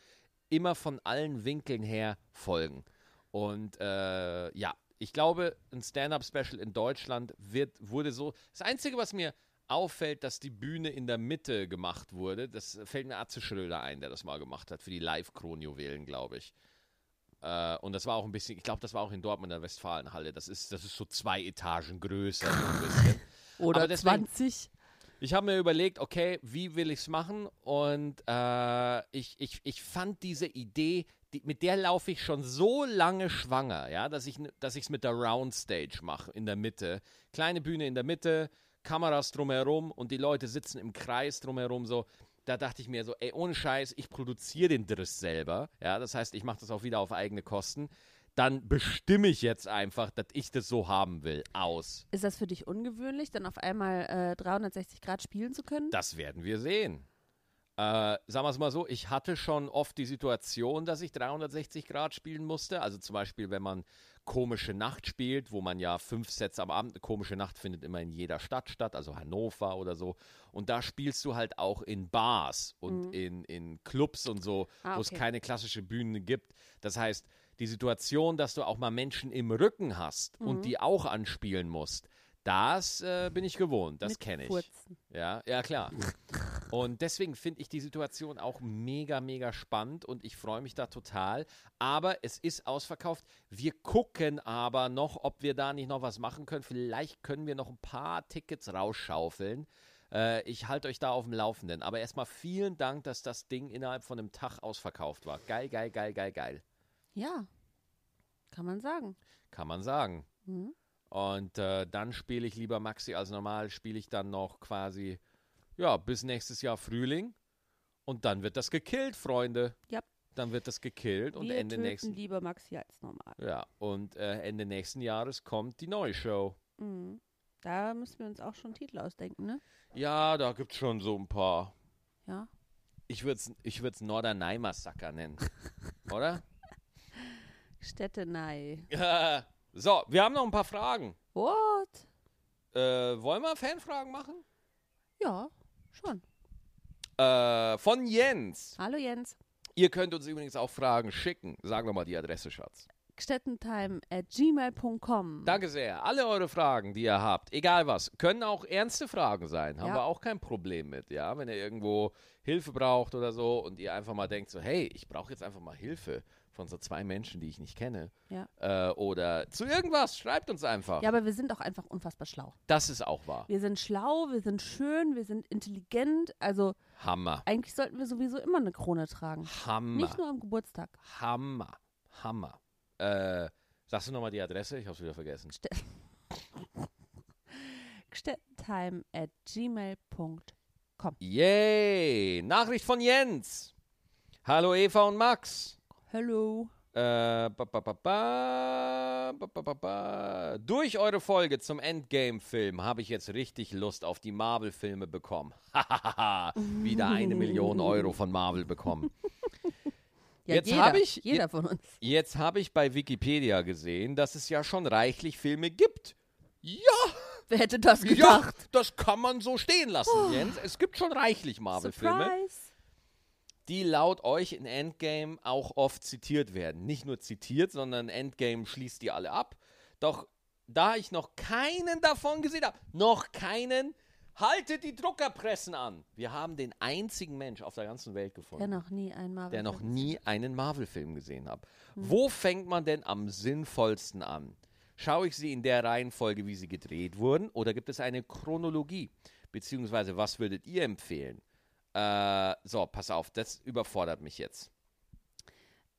Speaker 1: immer von allen Winkeln her folgen. Und äh, ja, ich glaube, ein Stand-up-Special in Deutschland wird, wurde so. Das Einzige, was mir auffällt, dass die Bühne in der Mitte gemacht wurde, das fällt mir Atze Schröder ein, der das mal gemacht hat, für die Live-Kronjuwelen, glaube ich. Äh, und das war auch ein bisschen, ich glaube, das war auch in Dortmund in der Westfalenhalle. Das ist, das ist so zwei Etagen größer. so ein bisschen.
Speaker 2: Oder
Speaker 1: Aber deswegen-
Speaker 2: 20.
Speaker 1: Ich habe mir überlegt, okay, wie will ich es machen? Und äh, ich, ich, ich fand diese Idee, die, mit der laufe ich schon so lange schwanger, ja, dass ich es mit der Roundstage mache in der Mitte. Kleine Bühne in der Mitte, Kameras drumherum und die Leute sitzen im Kreis drumherum so. Da dachte ich mir so, ey, ohne Scheiß, ich produziere den Driss selber. Ja, das heißt, ich mache das auch wieder auf eigene Kosten. Dann bestimme ich jetzt einfach, dass ich das so haben will. Aus.
Speaker 2: Ist das für dich ungewöhnlich, dann auf einmal äh, 360 Grad spielen zu können?
Speaker 1: Das werden wir sehen. Äh, sagen wir es mal so, ich hatte schon oft die Situation, dass ich 360 Grad spielen musste. Also zum Beispiel, wenn man komische Nacht spielt, wo man ja fünf Sets am Abend, komische Nacht findet immer in jeder Stadt statt, also Hannover oder so. Und da spielst du halt auch in Bars und in, in Clubs und so,
Speaker 2: Mhm. Ah,
Speaker 1: wo es
Speaker 2: okay.
Speaker 1: keine klassische Bühne gibt. Das heißt,
Speaker 2: Mhm.
Speaker 1: die Situation, dass du auch mal Menschen im Rücken hast und die auch anspielen musst, Das äh, bin ich gewohnt, das
Speaker 2: Mit
Speaker 1: kenne ich.
Speaker 2: Furzen.
Speaker 1: Ja, ja klar. Und deswegen finde ich die Situation auch mega, mega spannend und ich freue mich da total. Aber es ist ausverkauft. Wir gucken aber noch, ob wir da nicht noch was machen können. Vielleicht können wir noch ein paar Tickets rausschaufeln. Äh, ich halte euch da auf dem Laufenden. Aber erstmal vielen Dank, dass das Ding innerhalb von einem Tag ausverkauft war. Geil, geil, geil, geil, geil.
Speaker 2: Ja, kann man sagen.
Speaker 1: Kann man sagen.
Speaker 2: Mhm.
Speaker 1: Und äh, dann spiele ich lieber Maxi als normal, spiele ich dann noch quasi, ja, bis nächstes Jahr Frühling. Und dann wird das gekillt, Freunde.
Speaker 2: Ja.
Speaker 1: Dann wird das gekillt und
Speaker 2: Wir
Speaker 1: Ende
Speaker 2: töten
Speaker 1: nächsten.
Speaker 2: lieber Maxi als normal.
Speaker 1: Ja, und äh, Ende nächsten Jahres kommt die neue Show.
Speaker 2: Mhm. Da müssen wir uns auch schon Titel ausdenken, ne?
Speaker 1: Ja, da gibt's schon so ein paar.
Speaker 2: Ja.
Speaker 1: Ich würde es ich würd's Norderney-Massaker nennen. Oder?
Speaker 2: Städtenei.
Speaker 1: Äh, so, wir haben noch ein paar Fragen.
Speaker 2: What?
Speaker 1: Äh, wollen wir Fanfragen machen?
Speaker 2: Ja, schon.
Speaker 1: Äh, von Jens.
Speaker 2: Hallo Jens.
Speaker 1: Ihr könnt uns übrigens auch Fragen schicken. Sagen wir mal die Adresse, Schatz.
Speaker 2: Gstettentime at gmail.com.
Speaker 1: Danke sehr. Alle eure Fragen, die ihr habt, egal was, können auch ernste Fragen sein. Haben
Speaker 2: Ja.
Speaker 1: wir auch kein Problem mit, ja. Wenn ihr irgendwo Hilfe braucht oder so und ihr einfach mal denkt, so, hey, ich brauche jetzt einfach mal Hilfe von so zwei Menschen, die ich nicht kenne.
Speaker 2: Ja.
Speaker 1: Äh, oder zu irgendwas, schreibt uns einfach.
Speaker 2: Ja, aber wir sind auch einfach unfassbar schlau.
Speaker 1: Das ist auch wahr.
Speaker 2: Wir sind schlau, wir sind schön, wir sind intelligent. Also
Speaker 1: Hammer.
Speaker 2: eigentlich sollten wir sowieso immer eine Krone tragen. Nicht
Speaker 1: Hammer.
Speaker 2: nur am Geburtstag.
Speaker 1: Hammer. Hammer. Äh, sagst du nochmal die Adresse? Ich hab's wieder vergessen.
Speaker 2: Gstettentime at gmail.com.
Speaker 1: Yay! Nachricht von Jens. Hallo Eva und Max.
Speaker 2: Hello.
Speaker 1: Äh, ba, ba, ba, ba, ba, ba, ba, ba. Durch eure Folge zum Endgame-Film habe ich jetzt richtig Lust auf die Marvel-Filme bekommen. Hahaha, wieder eine Million Euro von Marvel bekommen.
Speaker 2: Ja,
Speaker 1: Jetzt
Speaker 2: jeder,
Speaker 1: hab ich-
Speaker 2: Jeder von uns.
Speaker 1: Jetzt habe ich bei Wikipedia gesehen, dass es ja schon reichlich Filme gibt. Ja,
Speaker 2: Wer hätte das
Speaker 1: ja,
Speaker 2: gedacht?
Speaker 1: das kann man so stehen lassen, Jens. Es gibt schon reichlich Marvel-Filme.
Speaker 2: Surprise.
Speaker 1: die laut euch in Endgame auch oft zitiert werden. Nicht nur zitiert, sondern Endgame schließt die alle ab. Doch da ich noch keinen davon gesehen habe, noch keinen, haltet die Druckerpressen an. Wir haben den einzigen Mensch auf der ganzen Welt
Speaker 2: Der
Speaker 1: gefunden,
Speaker 2: noch nie einmal.
Speaker 1: der noch nie einen Marvel-Film gesehen hat. Wo fängt man denn am sinnvollsten an? Schaue ich sie in der Reihenfolge, wie sie gedreht wurden, oder gibt es eine Chronologie? Beziehungsweise, was würdet ihr empfehlen? Äh, so, pass auf, das überfordert mich jetzt.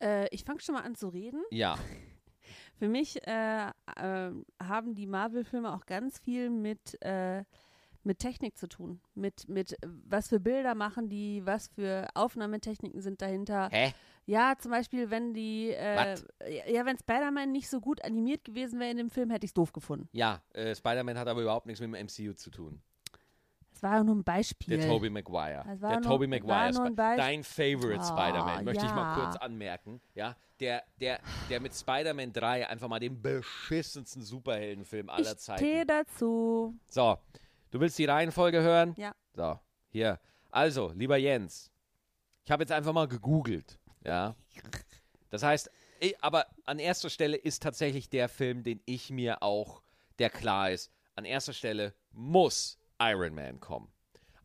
Speaker 2: Äh, ich fange schon mal an zu reden.
Speaker 1: Ja,
Speaker 2: Für mich äh, ähm, haben die Marvel-Filme auch ganz viel mit, äh, mit Technik zu tun. Mit, mit äh, was für Bilder machen die, was für Aufnahmetechniken sind dahinter.
Speaker 1: hä?
Speaker 2: Ja, zum Beispiel, wenn die, äh,
Speaker 1: Was?
Speaker 2: ja, wenn Spider-Man nicht so gut animiert gewesen wäre in dem Film, hätte ich es doof gefunden.
Speaker 1: Ja, äh, Spider-Man hat aber überhaupt nichts mit dem MCU zu tun.
Speaker 2: Das war ja nur ein Beispiel.
Speaker 1: Der Tobey Maguire.
Speaker 2: Das war
Speaker 1: Der
Speaker 2: nur-
Speaker 1: Tobey
Speaker 2: war
Speaker 1: Maguire.
Speaker 2: nur ein
Speaker 1: Spi-
Speaker 2: Beisp-
Speaker 1: Dein Favorite
Speaker 2: Ah,
Speaker 1: Spider-Man, möchte ich mal
Speaker 2: ja.
Speaker 1: kurz anmerken. Ja, der, der, der mit Spider-Man 3 einfach mal den beschissensten Superheldenfilm aller
Speaker 2: ich
Speaker 1: Zeiten
Speaker 2: stehe dazu.
Speaker 1: So, du willst die Reihenfolge hören?
Speaker 2: Ja.
Speaker 1: So, hier. Also, lieber Jens, ich habe jetzt einfach mal gegoogelt. Ja. Das heißt, i- aber an erster Stelle ist tatsächlich der Film, den ich mir auch, der klar ist, an erster Stelle muss Iron Man kommen.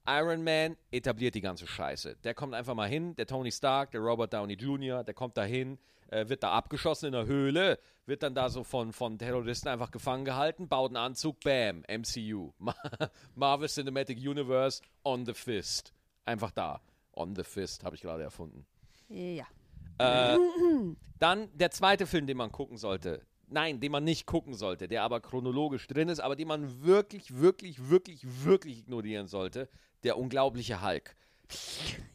Speaker 1: Iron Man etabliert die ganze Scheiße. Der kommt einfach mal hin, der Tony Stark, der Robert Downey Jr., der kommt da hin, äh, wird da abgeschossen in der Höhle, wird dann da so von, von Terroristen einfach gefangen gehalten, baut einen Anzug, bam, MCU. Ma- Marvel Cinematic Universe on the fist. Einfach da. On the fist habe ich gerade erfunden.
Speaker 2: Ja.
Speaker 1: Äh, dann der zweite Film, den man gucken sollte. Nein, den man nicht gucken sollte, der aber chronologisch drin ist, aber den man wirklich, wirklich, wirklich, wirklich ignorieren sollte. Der unglaubliche Hulk.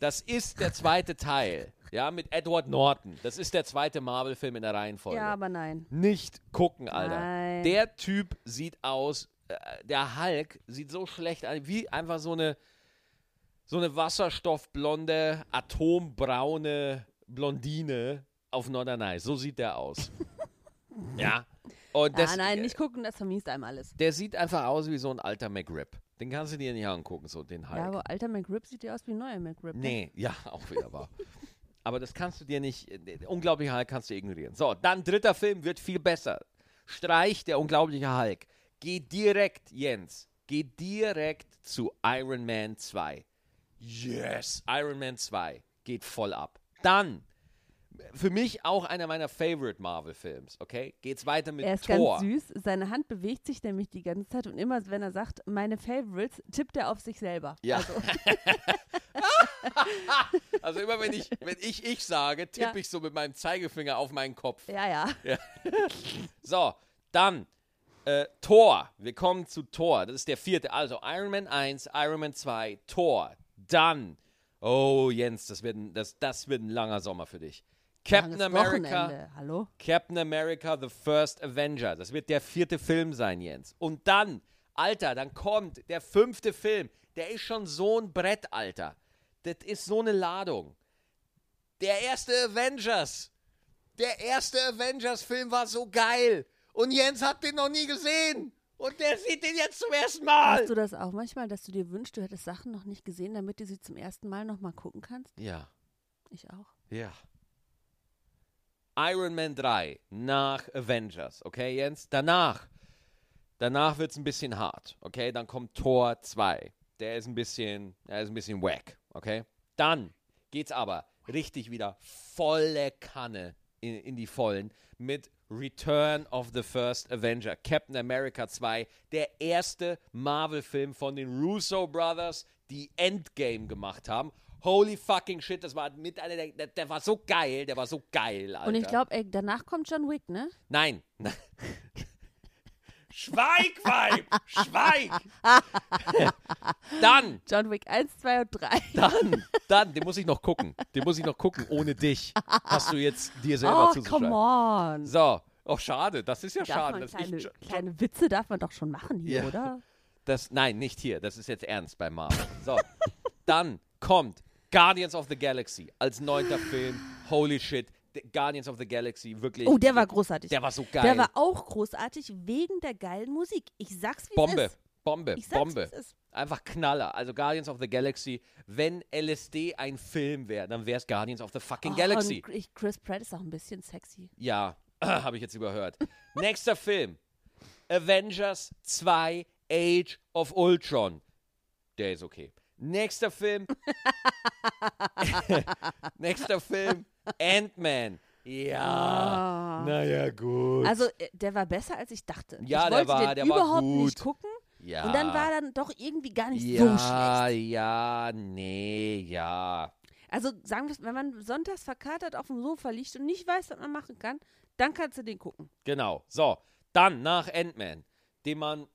Speaker 1: Das ist der zweite Teil. Ja, mit Edward Norton. Das ist der zweite Marvel-Film in der Reihenfolge.
Speaker 2: Ja, aber nein.
Speaker 1: Nicht gucken, Alter.
Speaker 2: Nein.
Speaker 1: Der Typ sieht aus, äh, der Hulk sieht so schlecht aus, wie einfach so eine, so eine wasserstoffblonde, atombraune Blondine auf Norderney. So sieht der aus. ja. Und
Speaker 2: Ja,
Speaker 1: das,
Speaker 2: nein, nicht gucken, das vermiest einem alles.
Speaker 1: der sieht einfach aus wie so ein alter McRib. Den kannst du dir nicht angucken, so den Hulk.
Speaker 2: Ja, aber alter McRib sieht ja aus wie ein neuer McRib. ne?
Speaker 1: Nee, ja, auch wieder wahr. Aber das kannst du dir nicht, äh, der unglaubliche Hulk kannst du ignorieren. So, dann dritter Film wird viel besser. Streich, der unglaubliche Hulk. Geh direkt, Jens, geh direkt zu Iron Man 2. Yes, Iron Man 2 geht voll ab. Dann, für mich auch einer meiner Favorite Marvel-Films, okay? Geht's weiter mit
Speaker 2: Er ist
Speaker 1: Thor.
Speaker 2: ganz süß. Seine Hand bewegt sich nämlich die ganze Zeit und immer, wenn er sagt, meine Favorites, tippt er auf sich selber.
Speaker 1: Ja. Also. immer wenn ich, wenn ich ich sage, tippe
Speaker 2: Ja.
Speaker 1: ich so mit meinem Zeigefinger auf meinen Kopf.
Speaker 2: Ja, ja.
Speaker 1: So, dann äh, Tor. Wir kommen zu Tor. Das ist der vierte. Also Iron Man 1, Iron Man 2, Tor. Dann. Oh, Jens, das wird ein, das, das wird ein langer Sommer für dich. Captain
Speaker 2: Langes
Speaker 1: America.
Speaker 2: Wochenende. Hallo?
Speaker 1: Captain America The First Avenger. Das wird der vierte Film sein, Jens. Und dann, Alter, dann kommt der fünfte Film. Der ist schon so ein Brett, Alter. Das ist so eine Ladung. Der erste Avengers. Der erste Avengers-Film war so geil. Und Jens hat den noch nie gesehen. Und der sieht den jetzt zum ersten Mal.
Speaker 2: Hast du das auch manchmal, dass du dir wünschst, du hättest Sachen noch nicht gesehen, damit du sie zum ersten Mal nochmal gucken kannst?
Speaker 1: Ja.
Speaker 2: Ich auch.
Speaker 1: Ja. Iron Man 3 nach Avengers, okay, Jens? Danach. Danach wird es ein bisschen hart, okay? Dann kommt Thor 2. Der ist ein bisschen, der ist ein bisschen wack, okay? Dann geht's aber richtig wieder volle Kanne in, in die Vollen mit Return of the First Avenger, Captain America 2, der erste Marvel-Film von den Russo Brothers, die Endgame gemacht haben. Holy fucking shit, das war mit einer der, der, der war so geil, der war so geil, Alter.
Speaker 2: Und ich glaube, danach kommt John Wick, ne?
Speaker 1: Nein. Nein. Schweig, Weib! Schweig! dann,
Speaker 2: John Wick 1, 2 und 3.
Speaker 1: dann, dann, den muss ich noch gucken. Den muss ich noch gucken, ohne dich. Hast du jetzt dir selber
Speaker 2: oh,
Speaker 1: zuzuschreiben.
Speaker 2: come on.
Speaker 1: So, oh schade, das ist ja
Speaker 2: Darf
Speaker 1: schade.
Speaker 2: man
Speaker 1: Dass
Speaker 2: kleine,
Speaker 1: ich,
Speaker 2: kleine Witze darf man doch schon machen hier,
Speaker 1: Ja.
Speaker 2: oder?
Speaker 1: das, nein, nicht hier, das ist jetzt ernst bei Marvel. So, dann kommt Guardians of the Galaxy als neunter Film. Holy shit, The- Guardians of the Galaxy, wirklich.
Speaker 2: Oh, der war großartig.
Speaker 1: Der war so geil.
Speaker 2: Der war auch großartig wegen der geilen Musik. Ich sag's wie
Speaker 1: Bombe,
Speaker 2: es ist.
Speaker 1: Bombe,
Speaker 2: Ich sag's,
Speaker 1: Bombe.
Speaker 2: wie es ist.
Speaker 1: Einfach Knaller. Also Guardians of the Galaxy. Wenn LSD ein Film wäre, dann wäre es Guardians of the fucking
Speaker 2: Oh,
Speaker 1: Galaxy.
Speaker 2: Und ich- Chris Pratt ist auch ein bisschen sexy.
Speaker 1: Ja, habe ich jetzt überhört. Nächster Film. Avengers 2 Age of Ultron. Der ist okay. Nächster Film. Nächster Film. Ant-Man. Ja.
Speaker 2: Ah.
Speaker 1: Naja, gut.
Speaker 2: Also, äh, der war besser, als ich dachte.
Speaker 1: Ja,
Speaker 2: ich
Speaker 1: der
Speaker 2: wollte
Speaker 1: war-
Speaker 2: den
Speaker 1: der war
Speaker 2: überhaupt nicht
Speaker 1: gut.
Speaker 2: gucken.
Speaker 1: ja.
Speaker 2: Und dann war er dann doch irgendwie gar nicht so
Speaker 1: Ja,
Speaker 2: schlecht.
Speaker 1: ja, nee, ja.
Speaker 2: Also, sagen wir wenn man sonntags verkatert auf dem Sofa liegt und nicht weiß, was man machen kann, dann kannst du den gucken.
Speaker 1: Genau. So, dann nach Ant-Man, den man,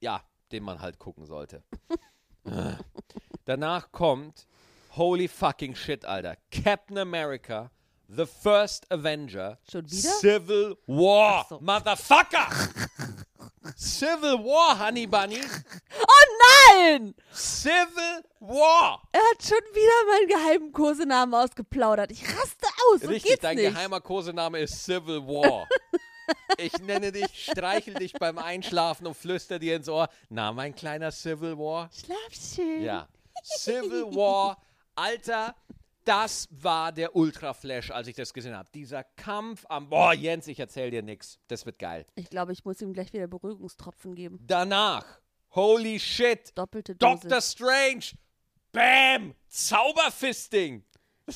Speaker 1: ja, den man halt gucken sollte. Äh. Danach kommt Holy fucking shit, Alter. Captain America, The First Avenger,
Speaker 2: Schon wieder?
Speaker 1: Civil War,
Speaker 2: Ach so.
Speaker 1: Motherfucker! Civil War, Honey Bunny!
Speaker 2: Nein!
Speaker 1: Civil War!
Speaker 2: Er hat schon wieder meinen geheimen Kosenamen ausgeplaudert. Ich raste aus. So
Speaker 1: Richtig,
Speaker 2: geht's
Speaker 1: dein
Speaker 2: nicht.
Speaker 1: geheimer Kosename ist Civil War. Ich nenne dich, streichel dich beim Einschlafen und flüster dir ins Ohr, na, mein kleiner Civil War.
Speaker 2: Schlaf schön.
Speaker 1: Ja. Civil War, Alter, das war der Ultra-Flash, als ich das gesehen habe. Dieser Kampf am. Boah, Jens, ich erzähl dir nix. Das wird geil.
Speaker 2: Ich glaube, ich muss ihm gleich wieder Beruhigungstropfen geben.
Speaker 1: Danach, holy shit,
Speaker 2: Doppelte Dosis.
Speaker 1: Doctor Strange, bam, Zauberfisting.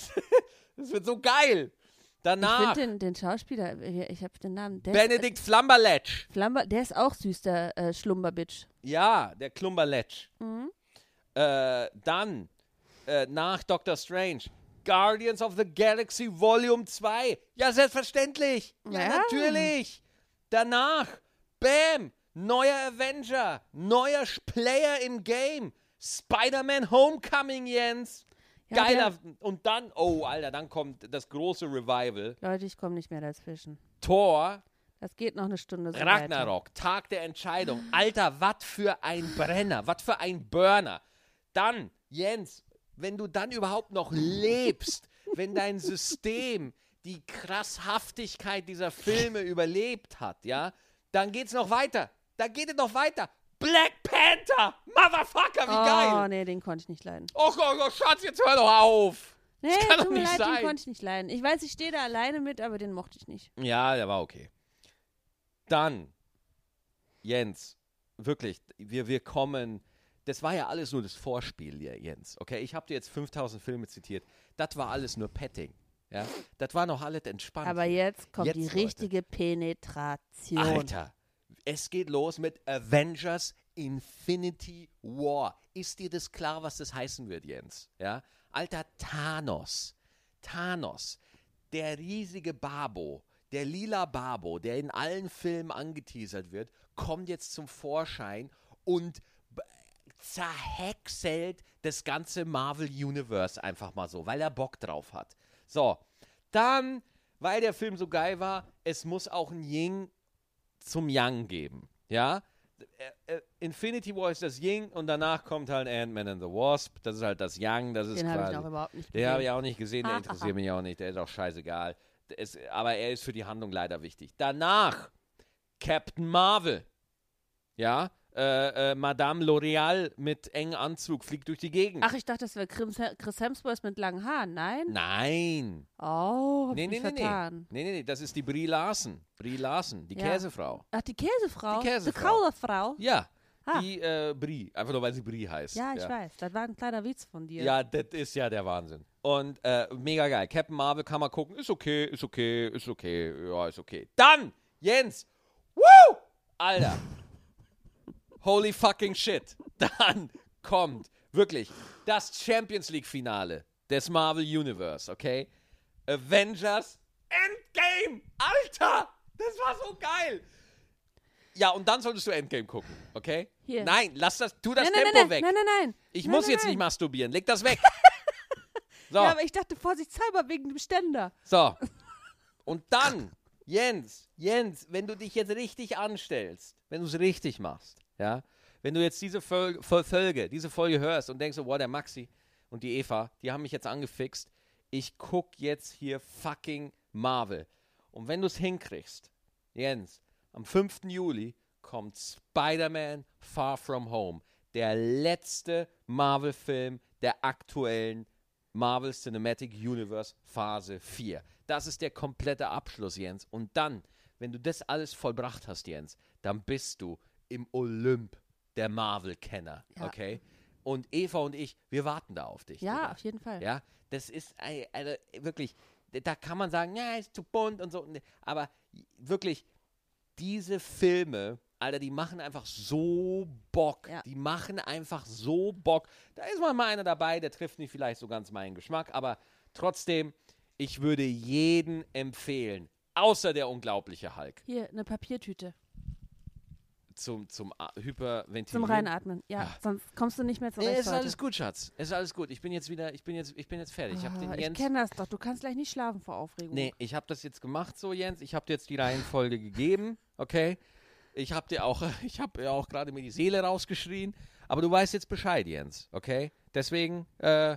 Speaker 1: Das wird so geil.
Speaker 2: ich
Speaker 1: Danach,
Speaker 2: finde den, den Schauspieler, äh, ich habe den Namen. Der Ist,
Speaker 1: Benedict Flamberletsch.
Speaker 2: äh, Flamber, der ist auch süß, der äh, Schlumberbitch.
Speaker 1: Ja, der Klumberletsch. Äh, dann, äh, nach Doctor Strange, Guardians of the Galaxy Volume 2. Ja, selbstverständlich. Ja,
Speaker 2: Ja.
Speaker 1: natürlich. Danach, bam, neuer Avenger, neuer Sch- Player im Game. Spider-Man Homecoming, Jens.
Speaker 2: Ja,
Speaker 1: Geiler. Und dann, oh, Alter, dann kommt das große Revival.
Speaker 2: Leute, ich komme nicht mehr dazwischen.
Speaker 1: Thor,
Speaker 2: Das geht noch eine Stunde so weiter.
Speaker 1: Ragnarok, Tag der Entscheidung. Alter, was für ein Brenner, was für ein Burner. Dann, Jens, wenn du dann überhaupt noch lebst, wenn dein System die Krasshaftigkeit dieser Filme überlebt hat, ja, dann geht's noch weiter. Dann geht es noch weiter. Black Panther! Motherfucker, wie
Speaker 2: Oh,
Speaker 1: geil!
Speaker 2: nee, den konnte ich nicht leiden.
Speaker 1: Oh Gott, oh, Schatz, jetzt hör doch auf!
Speaker 2: Nee,
Speaker 1: kann doch
Speaker 2: tut mir
Speaker 1: nicht
Speaker 2: leid,
Speaker 1: sein.
Speaker 2: den konnte ich nicht leiden. Ich weiß, ich stehe da alleine mit, aber den mochte ich nicht.
Speaker 1: Ja, der war okay. Dann, Jens, wirklich, wir, wir kommen. Das war ja alles nur das Vorspiel, hier, Jens. Okay, ich habe dir jetzt 5000 Filme zitiert. Das war alles nur Petting. Ja, das war noch alles entspannt.
Speaker 2: Aber jetzt kommt
Speaker 1: Jetzt,
Speaker 2: die
Speaker 1: Leute.
Speaker 2: richtige Penetration.
Speaker 1: Alter, es geht los mit Avengers Infinity War. Ist dir das klar, was das heißen wird, Jens? Ja? Alter, Thanos. Thanos, der riesige Babo, der lila Babo, der in allen Filmen angeteasert wird, kommt jetzt zum Vorschein und b- zerhäckselt das ganze Marvel Universe einfach mal so, weil er Bock drauf hat. So, dann, weil der Film so geil war, es muss auch ein Ying zum Yang geben. Ja? Äh, äh, Infinity War ist das Ying und danach kommt halt Ant-Man and the Wasp. Das ist halt das Yang, das ist
Speaker 2: Den habe
Speaker 1: quasi.
Speaker 2: ich noch überhaupt nicht
Speaker 1: Den habe
Speaker 2: gesehen. Ah,
Speaker 1: ich auch nicht gesehen, der
Speaker 2: Ha,
Speaker 1: interessiert
Speaker 2: ha.
Speaker 1: mich auch nicht, der ist auch scheißegal. Es, aber er ist für die Handlung leider wichtig. Danach Captain Marvel. Ja, äh, äh, Madame L'Oreal mit engem Anzug fliegt durch die Gegend.
Speaker 2: Ach, ich dachte, das wäre Chris Chris Hemsworth mit langen Haaren. Nein?
Speaker 1: Nein.
Speaker 2: Oh, hab
Speaker 1: Nee,
Speaker 2: ich
Speaker 1: nee,
Speaker 2: mich
Speaker 1: nee, nee.
Speaker 2: vertan.
Speaker 1: Nee, nee, nee, das ist die Brie Larson. Brie Larson, die
Speaker 2: Ja.
Speaker 1: Käsefrau.
Speaker 2: Ach, die Käsefrau?
Speaker 1: Die Käsefrau.
Speaker 2: Kauderfrau?
Speaker 1: Ja,
Speaker 2: Ah.
Speaker 1: die äh, Brie. Einfach nur, weil sie Brie heißt.
Speaker 2: Ja, ich weiß. Das war ein kleiner Witz von dir.
Speaker 1: Ja, das ist ja der Wahnsinn. Und äh, mega geil. Captain Marvel kann man gucken. Ist okay, ist okay, ist okay, ja, ist okay. Dann, Jens. Woo! Alter. Holy fucking shit. Dann kommt wirklich das Champions League-Finale des Marvel Universe, okay? Avengers Endgame. Alter, das war so geil. Ja, und dann solltest du Endgame gucken, okay?
Speaker 2: Hier.
Speaker 1: Nein, lass das, tu das
Speaker 2: nein, nein,
Speaker 1: Tempo
Speaker 2: nein,
Speaker 1: weg.
Speaker 2: nein, nein, nein.
Speaker 1: Ich
Speaker 2: nein,
Speaker 1: muss
Speaker 2: nein,
Speaker 1: jetzt
Speaker 2: nein.
Speaker 1: nicht Oh. masturbieren. Leg das weg. So,
Speaker 2: Ja, aber ich dachte vorsichtshalber wegen dem Ständer.
Speaker 1: so. Und dann, Jens, Jens, wenn du dich jetzt richtig anstellst, wenn du es richtig machst, ja, wenn du jetzt diese Fol Fol Folge, diese Folge hörst und denkst, so, wow, der Maxi und die Eva, die haben mich jetzt angefixt. Ich guck jetzt hier fucking Marvel. Und wenn du es hinkriegst, Jens, am 5. Juli kommt Spider-Man Far From Home, der letzte Marvel-Film der aktuellen Marvel Cinematic Universe Phase 4. Das ist der komplette Abschluss, Jens. Und dann, wenn du das alles vollbracht hast, Jens, dann bist du im Olymp der Marvel-Kenner,
Speaker 2: Ja.
Speaker 1: okay? Und Eva und ich, wir warten da auf dich.
Speaker 2: Ja,
Speaker 1: Digga.
Speaker 2: auf jeden Fall.
Speaker 1: Ja, das ist ei- also wirklich, da kann man sagen, ja, ist zu bunt und so, ne, aber wirklich, diese Filme, Alter, die machen einfach so Bock.
Speaker 2: Ja.
Speaker 1: Die machen einfach so Bock. Da ist mal einer dabei, der trifft nicht vielleicht so ganz meinen Geschmack, aber trotzdem, ich würde jeden empfehlen, außer der unglaubliche Hulk,
Speaker 2: Hier, eine Papiertüte
Speaker 1: zum, zum A- Hyperventilieren.
Speaker 2: zum Reinatmen. Ja,
Speaker 1: Ah.
Speaker 2: sonst kommst du nicht mehr zurecht.
Speaker 1: Nee, ist
Speaker 2: heute.
Speaker 1: alles gut, Schatz. Es ist alles gut. Ich bin jetzt wieder, ich bin jetzt, ich bin jetzt fertig. Ich habe den
Speaker 2: Ah, ich
Speaker 1: Jens
Speaker 2: kenne das doch. Du kannst gleich nicht schlafen vor Aufregung.
Speaker 1: Nee, ich habe das jetzt gemacht so, Jens. Ich habe dir jetzt die Reihenfolge gegeben, okay? Ich habe dir auch, ich habe ja auch gerade mir die Seele rausgeschrien, aber du weißt jetzt Bescheid, Jens, okay? Deswegen, äh,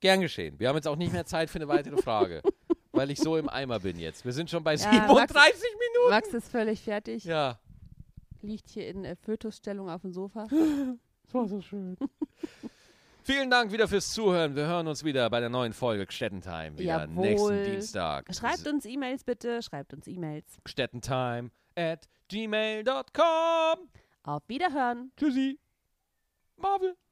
Speaker 1: gern geschehen. Wir haben jetzt auch nicht mehr Zeit für eine weitere Frage, weil ich so im Eimer bin jetzt. Wir sind schon bei
Speaker 2: Ja,
Speaker 1: 37 Minuten.
Speaker 2: Max ist völlig fertig,
Speaker 1: Ja.
Speaker 2: liegt hier in äh, Fötusstellung auf dem Sofa.
Speaker 1: Das war so schön. Vielen Dank wieder fürs Zuhören. Wir hören uns wieder bei der neuen Folge Gstettentime wieder
Speaker 2: Jawohl.
Speaker 1: nächsten Dienstag.
Speaker 2: Schreibt uns E-Mails bitte, schreibt uns E-Mails.
Speaker 1: Gstettentime at gmail.com.
Speaker 2: Auf Wiederhören.
Speaker 1: Tschüssi. Marvel.